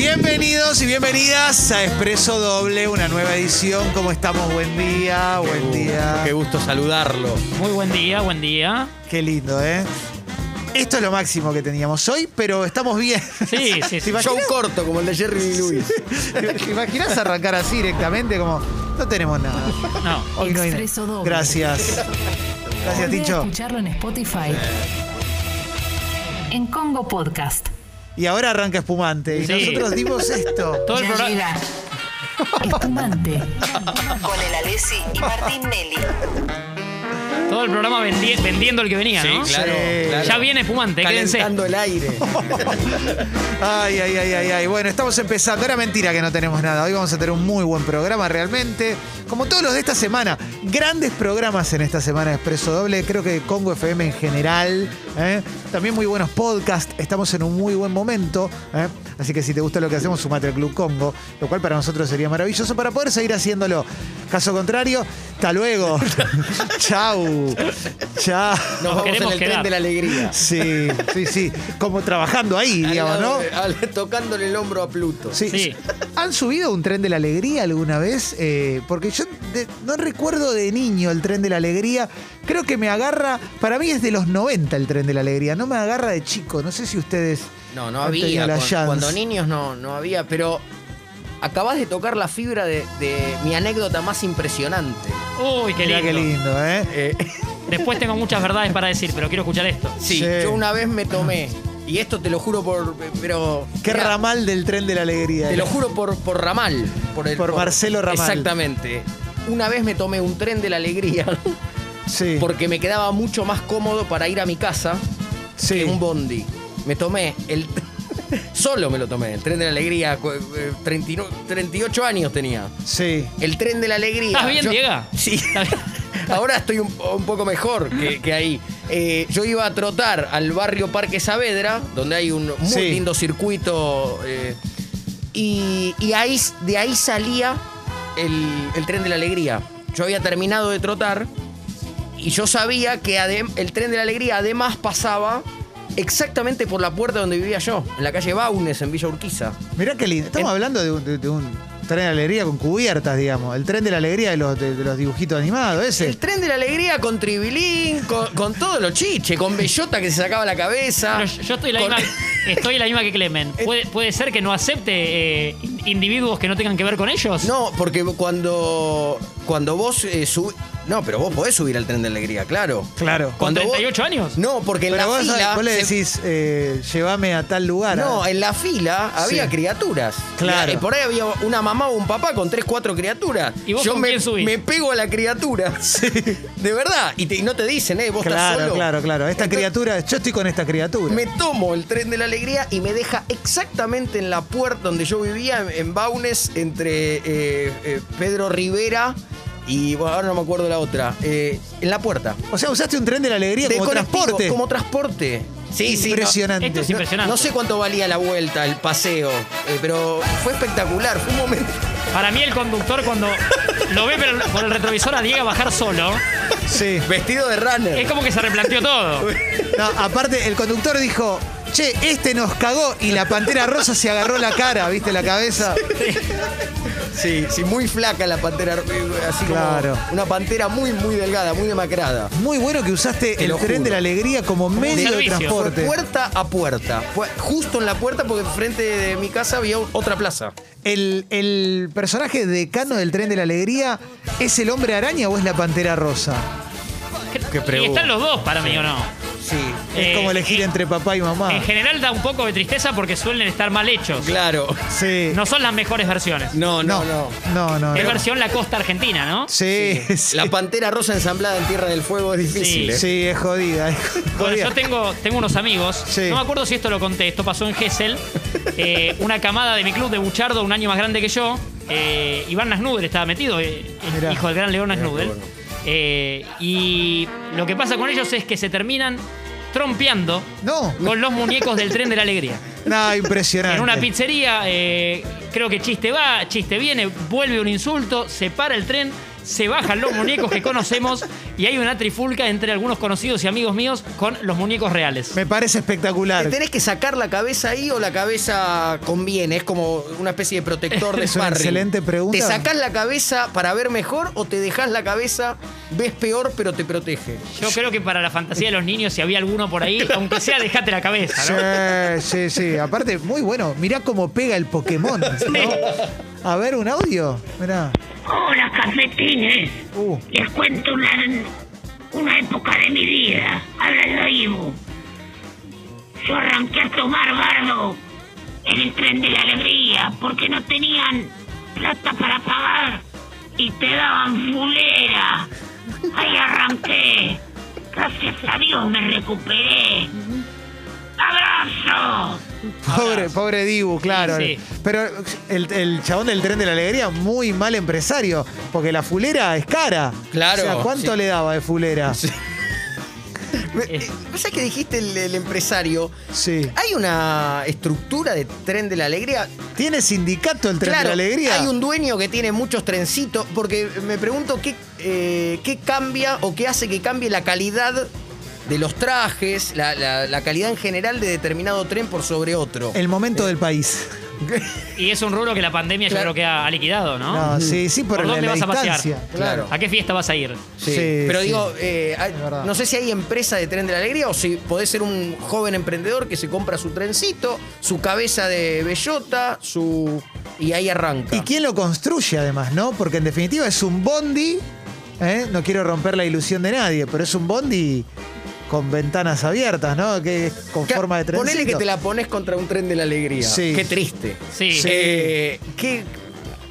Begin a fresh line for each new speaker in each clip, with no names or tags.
Bienvenidos y bienvenidas a Expreso Doble, una nueva edición. ¿Cómo estamos? Buen día, buen día.
Qué gusto saludarlo.
Muy buen día, buen día.
Qué lindo, ¿eh? Esto es lo máximo que teníamos hoy, pero estamos bien.
Sí, sí, sí.
Show corto, como el de Jerry Lewis.
¿Te imaginas arrancar así directamente? Como, no tenemos nada.
No.
Hoy no hay-
Expreso Doble.
Gracias. Gracias,
Volvé a
Tincho.
escucharlo en Spotify. En Congo Podcast.
Y ahora arranca espumante. Y
Sí.
nosotros dimos esto.
Todo el
Ya
programa.
llega. Espumante. Con el Alessi y Martín Nelly.
Todo el programa vendi- vendiendo el que venía, ¿no?
claro.
Ya viene espumante, quédense.
Calentando el aire.
Ay, ay, ay, ay, ay. Bueno, estamos empezando. Era mentira que no tenemos nada. Hoy vamos a tener un muy buen programa realmente. Como todos los de esta semana. Grandes programas en esta semana de Expreso Doble. Creo que Congo FM en general. ¿eh? También muy buenos podcasts. Estamos en un muy buen momento. ¿eh? Así que si te gusta lo que hacemos, sumate al Club Congo. Lo cual para nosotros sería maravilloso para poder seguir haciéndolo. Caso contrario, hasta luego. Chau. Chau.
Nos vamos en
queremos
el tren
quedar.
de la alegría.
Sí, sí, sí. Como trabajando ahí, digamos,
Al lado
¿no?
de- al- tocándole el hombro a Pluto.
Sí.
Sí.
¿Han subido un tren de la alegría alguna vez? Eh, porque yo de- no recuerdo de niño el tren de la alegría. Creo que me agarra. Para mí es de los 90 el tren de la alegría. No me agarra de chico. No sé si ustedes.
No, no
han tenido
había.
la
Cuan-
chance.
Cuando, niños no, no había, pero acabás de tocar la fibra de, de mi anécdota más impresionante.
Uy, qué
Mirá
lindo.
qué lindo, ¿eh?
Eh,
Después tengo muchas verdades para decir, pero quiero escuchar esto.
sí,
Sí.
yo una vez me tomé, y esto te lo juro por. Pero.
Qué
Mirá,
ramal del tren de la alegría. eh.
Te lo juro por, por Ramal. Por, el,
Por Marcelo Ramal.
Exactamente. Una vez me tomé un tren de la alegría
Sí.
porque me quedaba mucho más cómodo para ir a mi casa
sí.
que un bondi. Me tomé el. Solo me lo tomé, el tren de la alegría. cu- eh, 39 38 años tenía.
sí.
El tren de la alegría.
¿Estás bien,
Yo-
Diego?
Sí.
¿Estás bien?
Ahora estoy un, un poco mejor que, que ahí. Eh, yo iba a trotar al barrio Parque Saavedra, donde hay un muy
Sí.
lindo circuito. eh, y y ahí, de ahí salía el, el tren de la alegría. Yo había terminado de trotar y yo sabía que adem- el tren de la alegría además pasaba exactamente por la puerta donde vivía yo, en la calle Baunes, en Villa Urquiza.
Mirá qué lindo. Estamos
En-
hablando de un, de- de un tren de la alegría con cubiertas, digamos. El tren de la alegría de los, de- de los dibujitos animados, ese.
El tren de la alegría con tribilín, con, con todo lo chiche, con bellota que se sacaba la cabeza.
Pero yo yo estoy la
Ah, con- Eh,
misma, estoy la misma que Clemen. ¿Puede, puede ser que no acepte eh, in- individuos que no tengan que ver con ellos?
No, porque cuando, cuando vos subís. No, pero vos podés subir al tren de la alegría, claro.
Claro.
¿Con
cuando vos-
38 años?
No, porque en
Pero
la
vos,
fila.
vos le
se-
decís, eh, llévame a tal lugar.
No,
Ah.
en la fila había
Sí.
criaturas.
Claro.
Y por ahí había una mamá o un papá con tres, cuatro criaturas.
¿Y vos
Yo
con
me,
quién subís?
me pego a la criatura. De verdad. Y, te- y no te dicen, ¿eh? Vos estás
Claro,
solo.
claro, claro. Esta
Entonces,
criatura, yo estoy con esta criatura.
Me tomo el tren de la alegría y me deja exactamente en la puerta donde yo vivía, en, en Baunes, entre eh, eh, Pedro Rivera y. bueno, ahora no me acuerdo la otra. eh, en la puerta.
O sea, usaste un tren de la alegría
De
como
colectivo,
transporte.
Como transporte. Sí, sí. no-
Impresionante.
Esto es impresionante.
No sé cuánto valía la vuelta, el paseo, eh, pero fue espectacular. Fue un momento.
Para mí el conductor cuando lo ve por el- por el retrovisor a Diego bajar solo,
Sí.
Vestido de runner.
es como que se replanteó todo.
No, aparte, el conductor dijo, che, este nos cagó y la pantera rosa se agarró la cara, ¿viste? La cabeza.
Sí, sí, muy flaca la pantera. eh, Así como
Claro.
Una pantera muy, muy delgada, muy demacrada.
Muy bueno que usaste
Te
el
lo
tren
juro.
de la alegría como medio de
servicio.
transporte.
Puerta a puerta. Fue justo en la puerta porque frente de mi casa había u- otra plaza.
El, el personaje decano del tren de la alegría es el hombre araña o es la pantera rosa?
Y
pregunta.
están los dos para mí, ¿o no?
Sí. Ah.
Eh,
es como elegir
eh,
entre papá y mamá.
En general da un poco de tristeza porque suelen estar mal hechos.
Claro.
Sí.
No son las mejores versiones.
No, no, no.
No, no,
es
no.
versión la costa argentina, ¿no?
Sí, sí.
La pantera rosa ensamblada en Tierra del Fuego es difícil.
Sí.
¿eh?
Sí, es jodida. es
Bueno,
jodida.
yo tengo, tengo unos amigos.
Sí.
No me acuerdo si esto lo conté. Esto pasó en Gessel. Eh, una camada de mi club de Buchardo, un año más grande que yo. eh, Iván Nasnudel estaba metido, eh, el
Mirá.
hijo del gran León Nasnudel.
bueno.
Eh, y lo que pasa con ellos es que se terminan trompeando
No,
con los muñecos del tren de la alegría.
no, impresionante.
En una pizzería, eh, creo que chiste va, chiste viene, vuelve un insulto, se para el tren se bajan los muñecos que conocemos y hay una trifulca entre algunos conocidos y amigos míos con los muñecos reales.
Me parece
Te
espectacular.
tenés que sacar la cabeza ahí o la cabeza conviene. Es como una especie de protector de
Es una
sparring.
excelente pregunta.
¿Te sacás la cabeza para ver mejor o te dejás la cabeza, ves peor pero te protege?
Yo creo que para la fantasía de los niños, si había alguno por ahí, aunque sea, dejate la cabeza,
Sí,
¿no?
sí, sí. Aparte, muy bueno. Mirá cómo pega el Pokémon. ¿no? A ver, un audio. Mirá.
Hola, cafetines.
Uh.
Les cuento una, una época de mi vida. Habla el Ibu. Yo arranqué a tomar bardo en el tren de la alegría porque no tenían plata para pagar y te daban fulera. Ahí arranqué. Gracias a Dios me recuperé. ¡Abrazo!
Pobre, pobre Dibu, claro.
Sí, sí.
Pero el, el chabón del tren de la alegría, muy mal empresario, porque la fulera es cara.
Claro,
O sea, ¿cuánto
sí.
le daba de fulera? Sí.
¿Sabes que dijiste el, el empresario? ¿Hay una estructura de tren de la alegría?
¿Tiene sindicato el tren de la alegría?
hay un dueño que tiene muchos trencitos, porque me pregunto qué, eh, qué cambia o qué hace que cambie la calidad de los trajes, la, la- la calidad en general de determinado tren por sobre otro.
El momento del país.
Y es un rubro que la pandemia yo
Claro.
creo que ha, ha liquidado, ¿no?
No, sí, sí, por,
¿Por
la,
dónde
la
vas a pasear?
distancia.
Claro.
¿A qué fiesta vas a ir?
Sí,
Sí,
pero
sí.
digo, eh, hay-
Es verdad.
no sé si hay empresa de tren de la alegría o si podés ser un joven emprendedor que se compra su trencito, su cabeza de bellota, su. y ahí arranca.
¿Y quién lo construye además, no? Porque en definitiva es un bondi, ¿eh? no quiero romper la ilusión de nadie, pero es un bondi con ventanas abiertas, ¿no? Que es con
Ca-
forma de tren.
Ponele que te la pones contra un tren de la alegría.
Sí.
Qué triste.
Sí.
Sí.
Eh, ¿qué-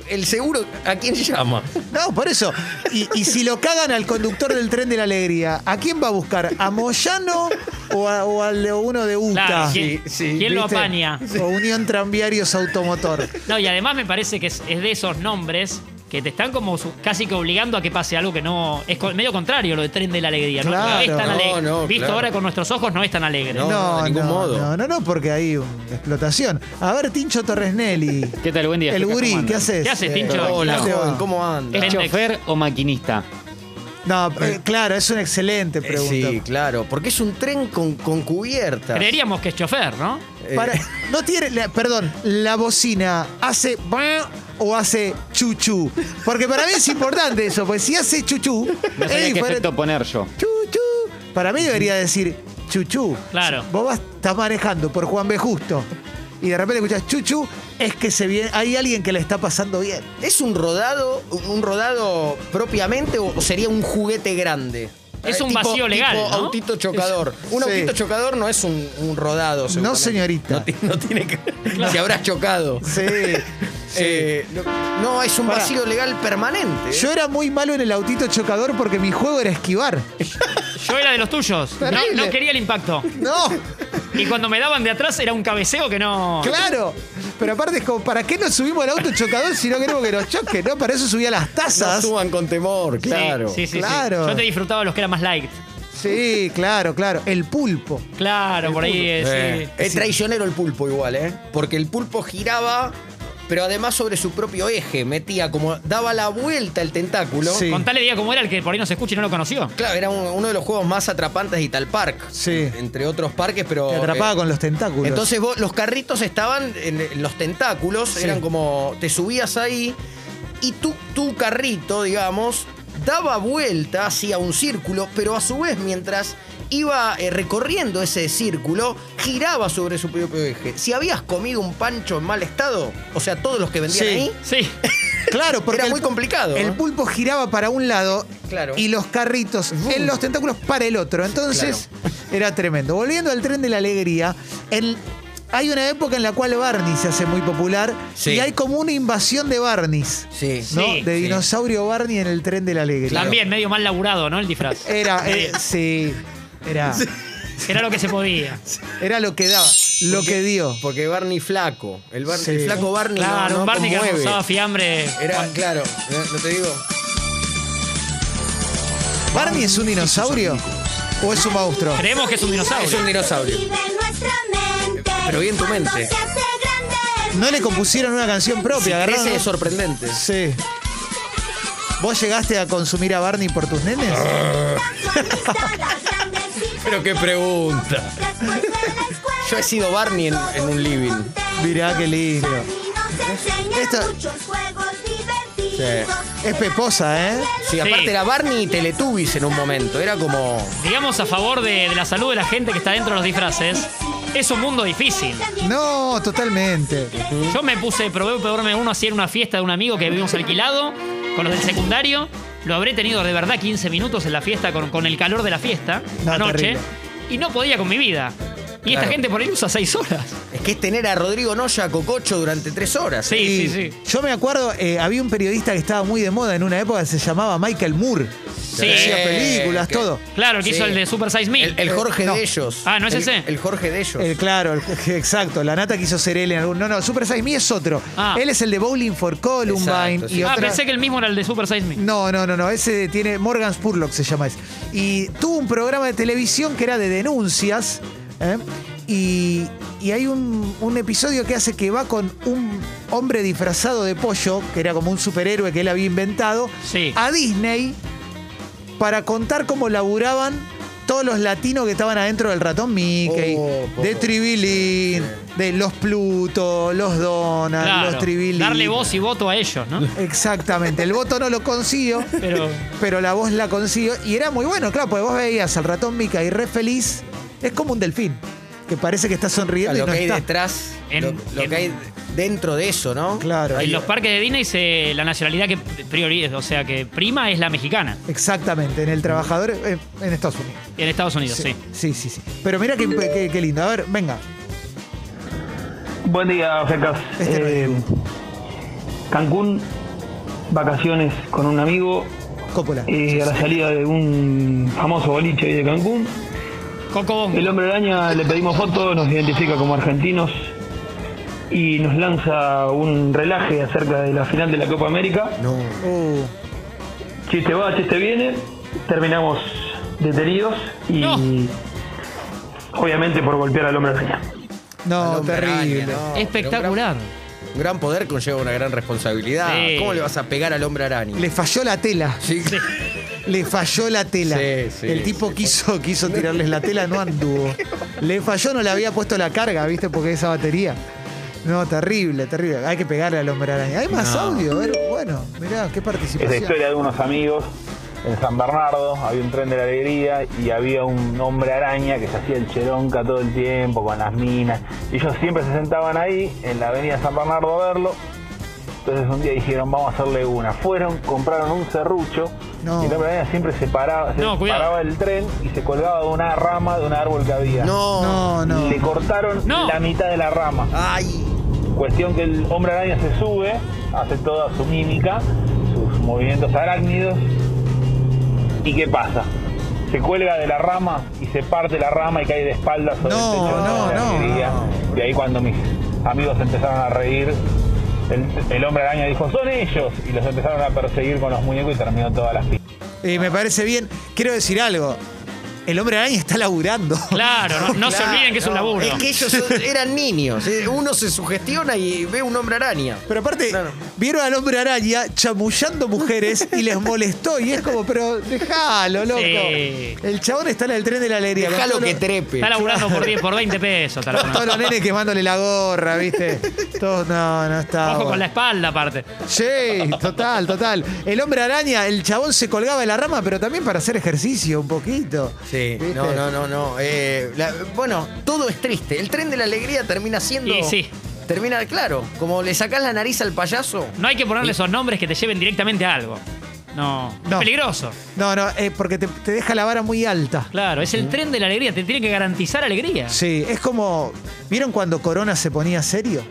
el seguro, ¿a quién llama?
No, por eso. Y, y si lo cagan al conductor del tren de la alegría, ¿a quién va a buscar? ¿A Moyano o a, o al de uno de UTA?
Claro,
sí,
¿quién,
sí,
quién lo
¿Viste?
apaña?
O Unión Tranviarios Automotor.
No, y además me parece que es, es de esos nombres que te están como su- casi que obligando a que pase algo que no. Es co- medio contrario lo de tren de la alegría. ¿no?
Claro.
No es tan
No,
alegre.
no,
Visto
claro.
ahora con nuestros ojos, no es tan alegre.
No, de ningún
no,
modo.
No, no, no, porque hay un- explotación. A ver, Tincho Torres Nelly.
¿Qué tal? Buen día.
El
Jefe, ¿cómo
gurí,
andan?
¿qué haces? Eh,
¿Qué haces, Tincho?
Hola,
¿Cómo te
joven,
va?
¿cómo anda? Eh,
¿Es
Vende-
chofer o maquinista?
No, eh, claro, es una excelente
Eh,
pregunta.
Sí, claro, porque es un tren con, con cubierta.
Creeríamos que es chofer, ¿no?
Eh,
Para- no tiene, la- perdón, la bocina hace bua o hace chuchu. Porque para mí es importante eso, porque si hace chuchu,
No
es
sabía qué
diferente.
efecto poner yo.
chuchu. Para mí debería decir chuchu.
Claro.
Vos vas, estás manejando por Juan B. Justo y de repente escuchás chuchu, es que se viene, hay alguien que le está pasando bien.
¿Es un rodado, un rodado propiamente o o sería un juguete grande?
Es
Eh,
un vacío legal,
Tipo
¿no?
autito chocador. Un
Sí.
autito chocador no es un, un rodado,
No,
seguramente.
señorita.
No, ti- no tiene que. Si habrás chocado.
Sí.
Eh, no, no, es un
Pará.
vacío legal permanente. ¿eh?
Yo era muy malo en el autito chocador porque mi juego era esquivar.
Yo era de los tuyos. No,
Terrible.
no quería el impacto.
No.
Y cuando me daban de atrás era un cabeceo que no.
Claro, pero aparte es como, ¿para qué nos subimos al auto chocador si no queremos que nos choque? No, para eso subía las
No
tazas.
suban con temor,
Sí,
claro.
Sí, sí, sí.
claro.
Yo te disfrutaba los que eran más light.
Sí, claro, claro. El pulpo.
Claro, por ahí es.
Eh,
sí.
Es traicionero el pulpo igual, ¿eh? Porque el pulpo giraba, pero además sobre su propio eje. Metía como. daba la vuelta el tentáculo.
Sí.
Contale día cómo era el que por ahí no se escucha y no lo conoció.
Claro, era un- uno de los juegos más atrapantes de Ital Park.
Sí.
Entre otros parques, pero.
Te atrapaba
eh,
con los tentáculos.
Entonces vos, los carritos estaban en, en los tentáculos, eran como. te subías ahí y tu, tu carrito, digamos, daba vuelta hacia un círculo, pero a su vez mientras iba eh, recorriendo ese círculo, giraba sobre su propio eje. Si habías comido un pancho en mal estado, o sea, todos los que vendían
Sí.
ahí,
Sí.
claro, porque
era
el-
muy complicado. ¿eh?
El pulpo giraba para un lado
Claro. Uh.
y los carritos en los tentáculos para el otro. Entonces era tremendo. Volviendo al tren de la alegría, el- hay una época en la cual Barney se hace muy popular
Sí.
y hay como una invasión de Barneys.
Sí.
¿no?
Sí,
de
sí.
dinosaurio Barney en el tren de la alegría.
También medio mal laburado, ¿no? El disfraz.
Era, eh, sí, era,
Era lo que se podía.
era lo que daba, lo que dio.
Porque Barney flaco. El, Bar-
Sí.
el flaco Barney no-
Claro,
no,
un Barney que
conmueve.
almorzaba fiambre.
Era, claro, no te digo.
¿Barney es un dinosaurio o es un monstruo?
Creemos que es un
Es
dinosaurio.
un dinosaurio. Pero bien tu mente.
No le compusieron una canción propia,
Ese
¿verdad?
es sorprendente.
Sí. ¿Vos llegaste a consumir a Barney por tus nenes?
Pero qué pregunta. Yo he sido Barney en, en un living.
Mirá qué lindo. Esto- Es peposa, ¿eh?
Sí, aparte
Sí.
era Barney y Teletubbies en un momento. Era como.
Digamos a favor de, de la salud de la gente que está dentro de los disfraces, es un mundo difícil.
No, totalmente.
Yo me puse, probé pegarme uno así en una fiesta de un amigo que vivimos alquilado con los del secundario. Lo habré tenido de verdad 15 minutos en la fiesta con, con el calor de la fiesta
No,
anoche.
terrible.
Y no podía con mi vida. Y esta
Claro.
gente por ahí usa 6 horas.
Es que es tener a Rodrigo Noya Cococho durante tres horas.
Sí, sí, sí.
Yo me acuerdo, eh, había un periodista que estaba muy de moda en una época, se llamaba Michael Moore.
Sí.
Que Hacía películas,
que-
todo.
Claro, que hizo el de Super Size Me.
El, el Jorge
Eh, No.
de ellos.
Ah, ¿no es
El-
ese?
El Jorge de ellos.
Eh, claro, el- exacto. La nata quiso ser él en algún. No, no, Super Size Me es otro.
Ah.
Él es el de Bowling for Columbine.
Exacto, sí.
y
ah,
otra-
pensé que el mismo era el de Super Size Me.
No, no, no, no. Ese tiene. Morgan Spurlock se llama ese. Y tuvo un programa de televisión que era de denuncias. ¿eh? Y, y hay un, un episodio que hace que va con un hombre disfrazado de pollo, que era como un superhéroe que él había inventado,
Sí.
a Disney para contar cómo laburaban todos los latinos que estaban adentro del ratón Mickey,
Oh, po.
de Tribilín, de los Pluto, los Donald,
Claro.
los Tribilín.
Darle voz y voto a ellos, ¿no?
Exactamente. El voto no lo consiguió
Pero.
pero la voz la consiguió. Y era muy bueno, claro, porque vos veías al ratón Mica y re feliz. Es como un delfín, que parece que está
O sea,
sonriendo y
lo
no
que hay
está.
detrás.
En-
lo lo
en-
que hay dentro de eso, ¿no?
Claro.
Hay-
En los parques de Disney se- la nacionalidad que prioriza, o sea, que prima es la mexicana
Exactamente, en el trabajador eh, en Estados Unidos.
en Estados Unidos, sí.
sí, sí. sí. Pero mira qué, qué- qué lindo. A ver, venga.
Buen día, Fecas.
Este
Eh, Cancún, vacaciones con un amigo,
Coppola.
eh, a la salida de un famoso boliche ahí de Cancún.
Coco Bongo.
El hombre araña le pedimos fotos, nos identifica como argentinos y nos lanza un relaje acerca de la final de la Copa América.
No.
Uh,
Chiste va, chiste viene, terminamos detenidos y
No.
obviamente por golpear al hombre araña.
no,
Al hombre
terrible.
araña, no,
Espectacular.
pero Un gran, un gran poder conlleva una gran responsabilidad.
Sí.
¿Cómo le vas a pegar al hombre araña?
Le falló la tela.
Sí.
Le falló la tela.
Sí, sí,
el tipo
sí,
quiso, quiso tirarles la tela, no anduvo. Le falló, no le había puesto la carga, ¿viste? Porque esa batería. No, terrible, terrible. Hay que pegarle al hombre araña. Hay más audio, a ver, bueno, mirá, qué
Es la
participación.
historia de unos amigos en San Bernardo, había un tren de la alegría y había un hombre araña que se hacía el cheronca todo el tiempo con las minas. Y ellos siempre se sentaban ahí en la avenida San Bernardo a verlo. Entonces un día dijeron, vamos a hacerle una. Fueron, compraron un serrucho
No.
y el hombre araña siempre se paraba, se
No, cuidado.
paraba del tren y se colgaba de una rama de un árbol que había.
No.
No, no.
Le cortaron
No.
la mitad de la rama.
Ay.
Cuestión que el hombre araña se sube, hace toda su mímica, sus movimientos arácnidos. ¿Y qué pasa? Se cuelga de la rama y se parte la rama y cae de espaldas sobre
No,
el techo. de
no,
la
no,
galería.
no.
Y ahí cuando mis amigos empezaron a reír, el, el hombre araña dijo, son ellos. Y los empezaron a perseguir con los muñecos y terminó todas las pistas.
Eh, me parece bien. Quiero decir algo. El hombre araña está laburando.
Claro, no, no se
Claro,
olviden que es un
no.
laburo.
Es que ellos son- eran niños. eh, Uno se sugestiona y ve un hombre araña.
Pero aparte,
Claro.
vieron al hombre araña chamullando mujeres y les molestó. Y es como, pero déjalo, loco.
Sí.
El chabón está en el tren de la alegría. con
Déjalo
todos
que
los-
trepe.
Está laburando por, 10, por 20 pesos. está
Todos
laburando.
los nenes quemándole la gorra, ¿viste? Todos, no, no está.
Ojo con la
bueno.
espalda, aparte.
Sí, total, total. El hombre araña, el chabón se colgaba de la rama, pero también para hacer ejercicio un poquito.
Sí,
¿Viste?
no, no, no, no. eh, la- bueno, todo es triste. El tren de la alegría termina siendo.
Y sí.
Termina, claro. Como le sacás la nariz al payaso.
No hay que ponerle esos nombres que te lleven directamente a algo. No. Es
No.
peligroso.
No, no, eh, porque te, te deja la vara muy alta.
Claro, es el tren de la alegría. Te tiene que garantizar alegría.
Sí, es como. ¿Vieron cuando Corona se ponía serio?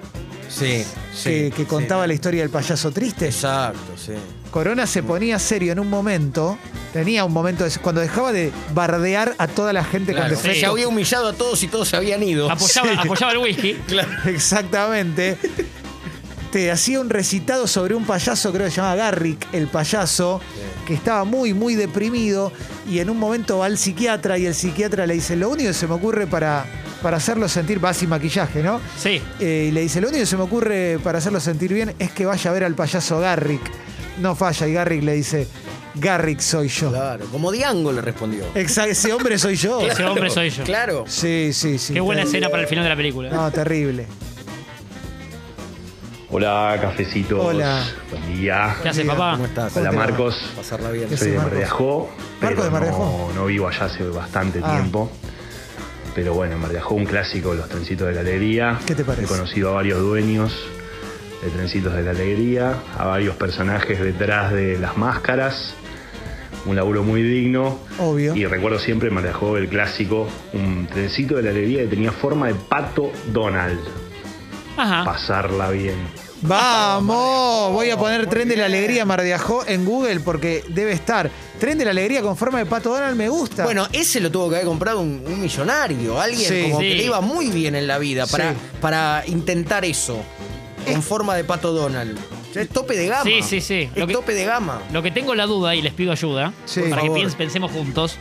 Sí,
que, que contaba Este la historia del payaso triste.
Exacto, sí.
Corona se ponía serio en un momento, tenía un momento de- cuando dejaba de bardear a toda la gente
Claro,
con
Se
defecto.
había humillado a todos y todos se habían ido.
Apoyaba, apoyaba el whisky.
Exactamente. Te hacía un recitado sobre un payaso, creo que se llamaba Garrick, el payaso, que estaba muy, muy deprimido y en un momento va al psiquiatra y el psiquiatra le dice, lo único que se me ocurre para, para hacerlo sentir, va sin maquillaje, ¿no?
Sí.
Eh, y le dice, lo único que se me ocurre para hacerlo sentir bien es que vaya a ver al payaso Garrick. no falla. Y Garrick le dice, Garrick soy yo.
Claro, como Diango le respondió.
Exacto, ese hombre soy yo.
Ese hombre soy yo.
Claro.
Sí, sí, sí.
Qué buena
terrible.
escena para el final de la película.
No, terrible.
Hola, cafecitos.
Hola.
Buen día.
¿Qué hace,
Mira,
papá?
¿Cómo estás?
¿Cómo
Hola,
te va?
Marcos.
Pasarla bien.
¿Qué
Soy de
hace,
Mar de
Marcos?
Ajó, pero
Marcos de Mar de
no-
Ajó.
No, vivo allá hace bastante
Ah.
tiempo. Pero bueno, en Mar de Ajó, un clásico, los trencitos de la alegría.
¿Qué te parece?
He conocido a varios dueños de trencitos de la alegría, a varios personajes detrás de las máscaras. Un laburo muy digno.
Obvio.
Y recuerdo siempre en Mar de Ajó el clásico, un trencito de la alegría que tenía forma de pato Donald.
Ajá.
Pasarla bien.
Vamos, voy a poner Tren de la Alegría Mar de Ajó en Google porque debe estar. Tren de la Alegría con forma de pato Donald me gusta.
Bueno, ese lo tuvo que haber comprado un, un millonario, alguien
Sí.
como
Sí.
que le iba muy bien en la vida para,
Sí.
para intentar eso, en forma de Pato Donald. O sea, es tope de gama.
Sí, sí, sí. Lo
Es
que-
tope de gama.
Lo que tengo la duda, y les pido ayuda,
Sí, por
para que
favor.
piens- pensemos juntos,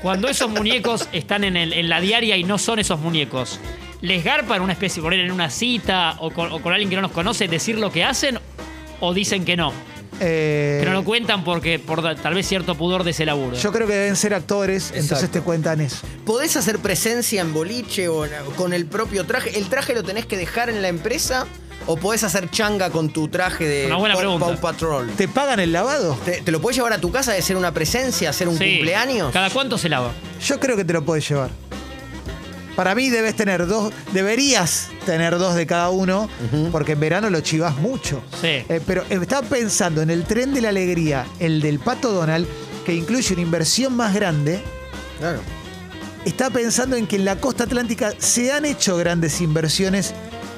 cuando esos muñecos están en, el- en la diaria y no son esos muñecos, ¿les garpan una especie, poner en una cita o con, o con alguien que no nos conoce, decir lo que hacen o dicen que no?
Eh,
Que no lo cuentan porque por da- tal vez cierto pudor de ese laburo.
yo creo que deben ser actores, entonces
Exacto.
te cuentan eso.
¿Podés hacer presencia en boliche o en- con el propio traje? ¿El traje lo tenés que dejar en la empresa o podés hacer changa con tu traje de
Una buena
Paw-
pregunta.
Paw Patrol?
¿Te pagan el lavado?
¿Te, te lo podés llevar a tu casa de ser una presencia, hacer un
Sí.
cumpleaños?
¿Cada cuánto se lava?
Yo creo que te lo puedes llevar. Para mí debes tener dos, deberías tener dos de cada uno, porque en verano lo chivas mucho.
Sí.
Eh, pero estaba pensando en el tren de la alegría, el del Pato Donald, que incluye una inversión más grande.
Claro.
Estaba pensando en que en la costa atlántica se han hecho grandes inversiones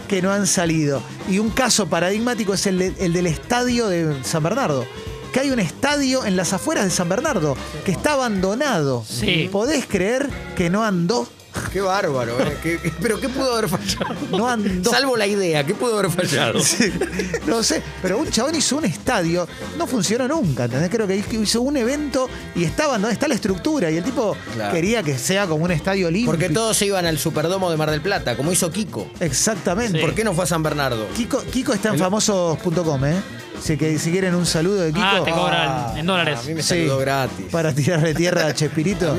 que no han salido. Y un caso paradigmático es el, de- el del estadio de San Bernardo. Que hay un estadio en las afueras de San Bernardo que está abandonado.
Sí.
¿Podés creer que no andó?
Qué bárbaro, ¿eh? ¿Qué- qué- pero ¿qué pudo haber fallado?
No andó.
Salvo la idea, ¿qué pudo haber fallado?
Sí, no sé, pero un chabón hizo un estadio, no funcionó nunca, ¿entendés? Creo que hizo un evento y estaba, ¿no? Está la estructura y el tipo
Claro.
quería que sea como un estadio limpio.
Porque todos se iban al Superdomo de Mar del Plata, como hizo Kiko.
Exactamente.
Sí.
¿Por qué no fue a San Bernardo?
Kiko, Kiko está en famosos.com, ¿eh? Si, que, si quieren un saludo de Kiko.
Ah, te cobran
Ah,
en dólares.
A mí me
Sí.
saludó gratis.
Para tirarle tierra a Chespirito.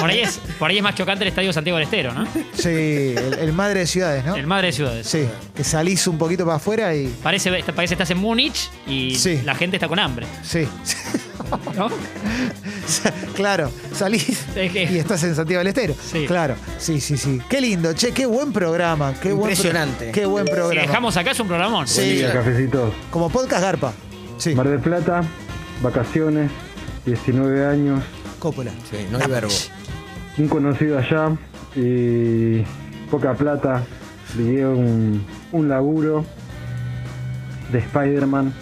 Por ahí, es, por ahí es más chocante el Estadio Santiago del Estero, ¿no?
Sí, el, el madre de ciudades, ¿no?
El madre de ciudades.
Sí, que salís un poquito para afuera y.
Parece, parece que estás en Múnich y
Sí.
la gente está con hambre,
Sí.
¿no?
claro, salís
Es que-
y estás en Santiago del Estero.
Sí.
Claro, sí, sí, sí. Qué lindo, che, qué buen programa. Qué buen pro-
Impresionante.
qué buen
Si
programa.
dejamos acá es un programón.
Sí.
Buen día, cafecitos.
Como podcast Garpa. Sí,
Mar del Plata, vacaciones, 19 años,
Coppola.
Sí, no hay verbo.
un conocido allá y poca plata. Ligué un, un laburo de Spider-Man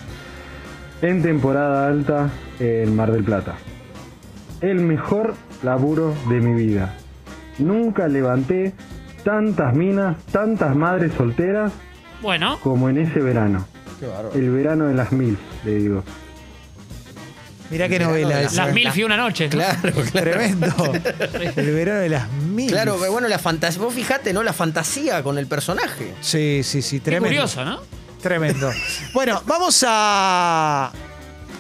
en temporada alta en Mar del Plata. El mejor laburo de mi vida. Nunca levanté tantas minas, tantas madres solteras
Bueno,
como en ese verano.
Qué bárbaro.
El verano de las mil, le digo.
Mirá qué
Mirá lo
novela
de la-
esa.
las mil y una noche. ¿no?
Claro, claro.
Tremendo. El verano de las mil.
Claro, pero bueno, la fantasía. Vos fijate, ¿no? La fantasía con el personaje.
Sí, sí, sí,
Qué
tremendo.
curioso, ¿no?
Tremendo. Bueno, vamos a,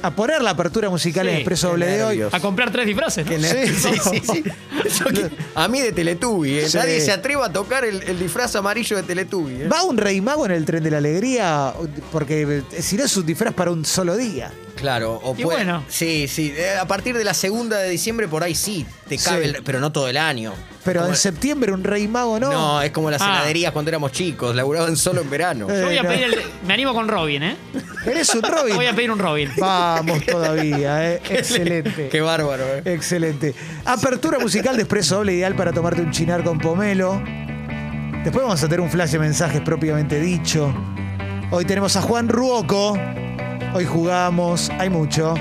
a poner la apertura musical en
Sí,
Expreso
qué
Doble de hoy.
nervios.
A comprar tres disfraces. ¿no?
Qué nervios.
Sí.
sí, sí, sí. Eso que- a mí de Teletubby, ¿eh?
Sí.
Nadie se atreva a tocar el, el disfraz amarillo de Teletubby. ¿eh?
¿Va un rey mago en el tren de la alegría? Porque eh, si no es un disfraz para un solo día.
Claro, o
Y
puede-
bueno.
Sí, sí. eh, A partir de la segunda de diciembre, por ahí sí, te cabe,
Sí.
el- pero no todo el año.
Pero
Como-
en septiembre un rey mago no.
no. es como las
Ah.
heladerías cuando éramos chicos, laburaban solo en verano.
Eh.
Yo voy a
no.
pedir el. Me animo con Robin, ¿eh?
Eres un Robin.
Voy a pedir un Robin.
Vamos todavía, eh. excelente.
Qué bárbaro, ¿eh?
Excelente. Apertura musical de Expreso Doble, ideal para tomarte un chinar con pomelo. Después vamos a tener un flash de mensajes propiamente dicho. Hoy tenemos a Juan Ruoco. Hoy jugamos, hay mucho.